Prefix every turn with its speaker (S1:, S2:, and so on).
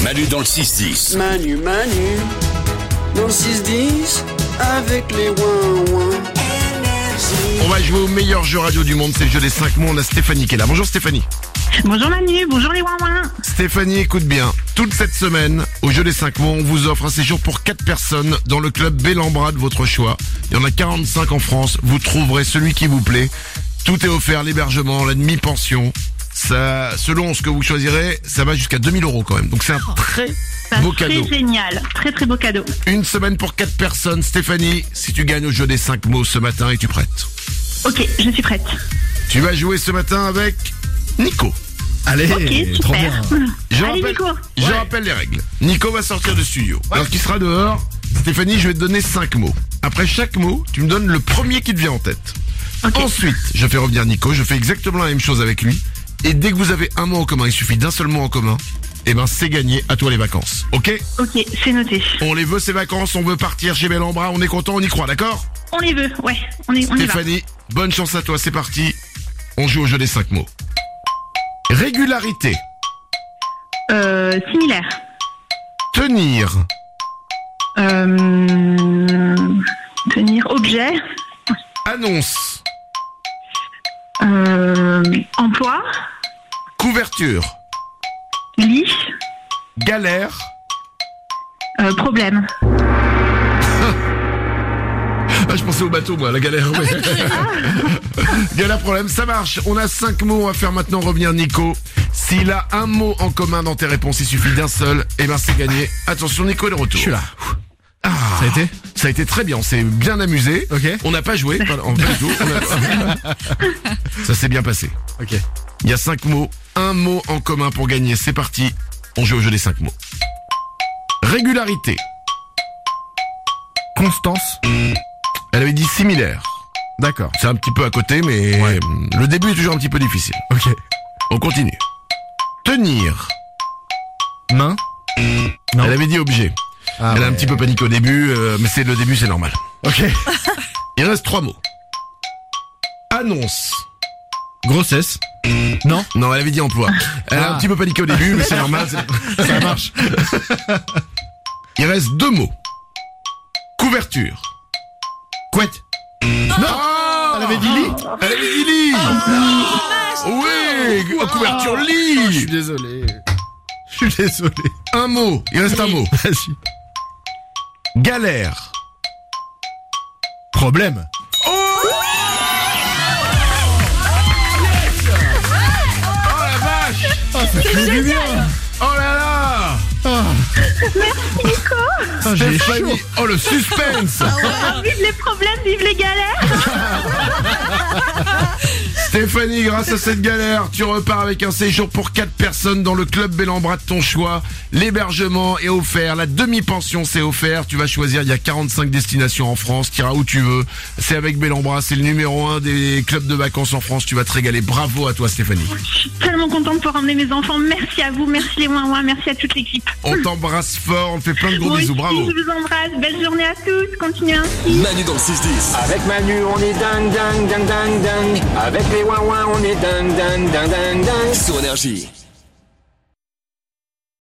S1: Manu dans le 6-10.
S2: Manu, Manu, dans le 6-10, avec les ouin-ouin.
S3: On va jouer au meilleur jeu radio du monde, c'est le jeu des 5 mots. On a Stéphanie qui est là. Bonjour Stéphanie.
S4: Bonjour Manu, bonjour les Wawins.
S3: Stéphanie, écoute bien. Toute cette semaine, au jeu des 5 mots, on vous offre un séjour pour 4 personnes dans le club Bellambra de votre choix. Il y en a 45 en France. Vous trouverez celui qui vous plaît. Tout est offert, l'hébergement, la demi-pension. Ça, selon ce que vous choisirez, ça va jusqu'à 2000 euros quand même. Donc c'est un très
S4: Ça,
S3: beau
S4: très
S3: cadeau.
S4: génial, très très beau cadeau.
S3: Une semaine pour 4 personnes. Stéphanie, si tu gagnes au jeu des 5 mots ce matin, es-tu prête
S4: Ok, je suis prête.
S3: Tu vas jouer ce matin avec Nico.
S5: Allez,
S4: ok,
S5: trop
S4: super.
S5: bien.
S3: Eh, Je,
S4: Allez,
S3: rappelle,
S4: Nico.
S3: je rappelle les règles. Nico va sortir du studio. Lorsqu'il sera dehors, Stéphanie, je vais te donner 5 mots. Après chaque mot, tu me donnes le premier qui te vient en tête. Ensuite, je fais revenir Nico, je fais exactement la même chose avec lui. Et dès que vous avez un mot en commun, il suffit d'un seul mot en commun, et ben c'est gagné, à toi les vacances. Ok
S4: Ok, c'est noté.
S3: On les veut ces vacances, on veut partir chez Bellambra, on est content, on y croit, d'accord
S4: On les veut, ouais, on, est, on y va.
S3: Stéphanie, bonne chance à toi, c'est parti. On joue au jeu des 5 mots. Régularité,
S4: Euh, similaire.
S3: tenir,
S4: Euh, tenir objet,
S3: annonce.
S4: euh, emploi,
S3: Couverture,
S4: lit,
S3: galère.
S4: euh, problème.
S3: Ah, je pensais au bateau, moi, la galère. mais- galère, problème, ça marche. On a cinq mots à faire maintenant revenir Nico. S'il a un mot en commun dans tes réponses, il suffit d'un seul, et ben c'est gagné. Attention, Nico est de retour.
S5: Je suis là.
S3: Ah,
S5: Ça a été
S3: ça a été très bien, on s'est bien amusé.
S5: Ok.
S3: On n'a pas joué, pas- en- pas du tout. On a- ça s'est bien passé.
S5: Ok.
S3: Il y a cinq mots, un mot en commun pour gagner. C'est parti, on joue au jeu des cinq mots. Régularité,
S5: Constance.
S3: elle avait dit similaire.
S5: D'accord.
S3: C'est un petit peu à côté, mais hum, le début est toujours un petit peu difficile.
S5: Ok.
S3: On continue. Tenir.
S5: Main. Non.
S3: Elle avait dit objet.
S5: Ah,
S3: Elle a un
S5: ouais.
S3: petit peu paniqué au début, euh, mais c'est le début, c'est normal.
S5: Ok.
S3: Il reste trois mots. Annonce.
S5: Grossesse. Non.
S3: Non, elle avait dit emploi. Elle a
S5: Ah.
S3: un petit peu paniqué au début, mais c'est normal. c'est- Ça marche. Il reste deux mots. Couverture.
S5: Couette.
S3: Non Elle avait dit lit Elle avait dit lit
S5: Ah,
S3: Oui
S5: Oh.
S3: Couverture lit
S5: désolé. Je suis désolé.
S3: Un mot. Il reste un mot.
S5: Vas-y.
S3: Galère.
S5: Problème.
S3: Oh la vache Oh là là
S5: Ah, j'ai chaud.
S3: Stéphanie Oh le suspense
S4: Vive les problèmes, vive les galères.
S3: Ah. Stéphanie, grâce à cette galère, tu repars avec un séjour pour 4 personnes dans le club Bellambra de ton choix. L'hébergement est offert, la demi-pension c'est offert. Tu vas choisir, il y a 45 destinations en France, tu iras où tu veux. C'est avec Bellambra, c'est le numéro 1 des clubs de vacances en France. Tu vas te régaler. Bravo à toi Stéphanie.
S4: Je suis tellement contente de pouvoir emmener mes enfants. Merci à vous, merci les Wawins, merci à toute l'équipe.
S3: On t'embrasse fort, on te fait plein de gros
S4: Moi
S3: bisous.
S4: aussi,
S3: Bravo.
S4: Je vous embrasse. Belle journée à tous. Continuez hein. ainsi.
S1: Manu dans le 6-10.
S2: Avec Manu, on est dingue, dingue, dingue, dingue, dingue. Avec les ouin-ouin, on est dingue, dingue, dingue, dingue, dingue.
S1: Sur énergie.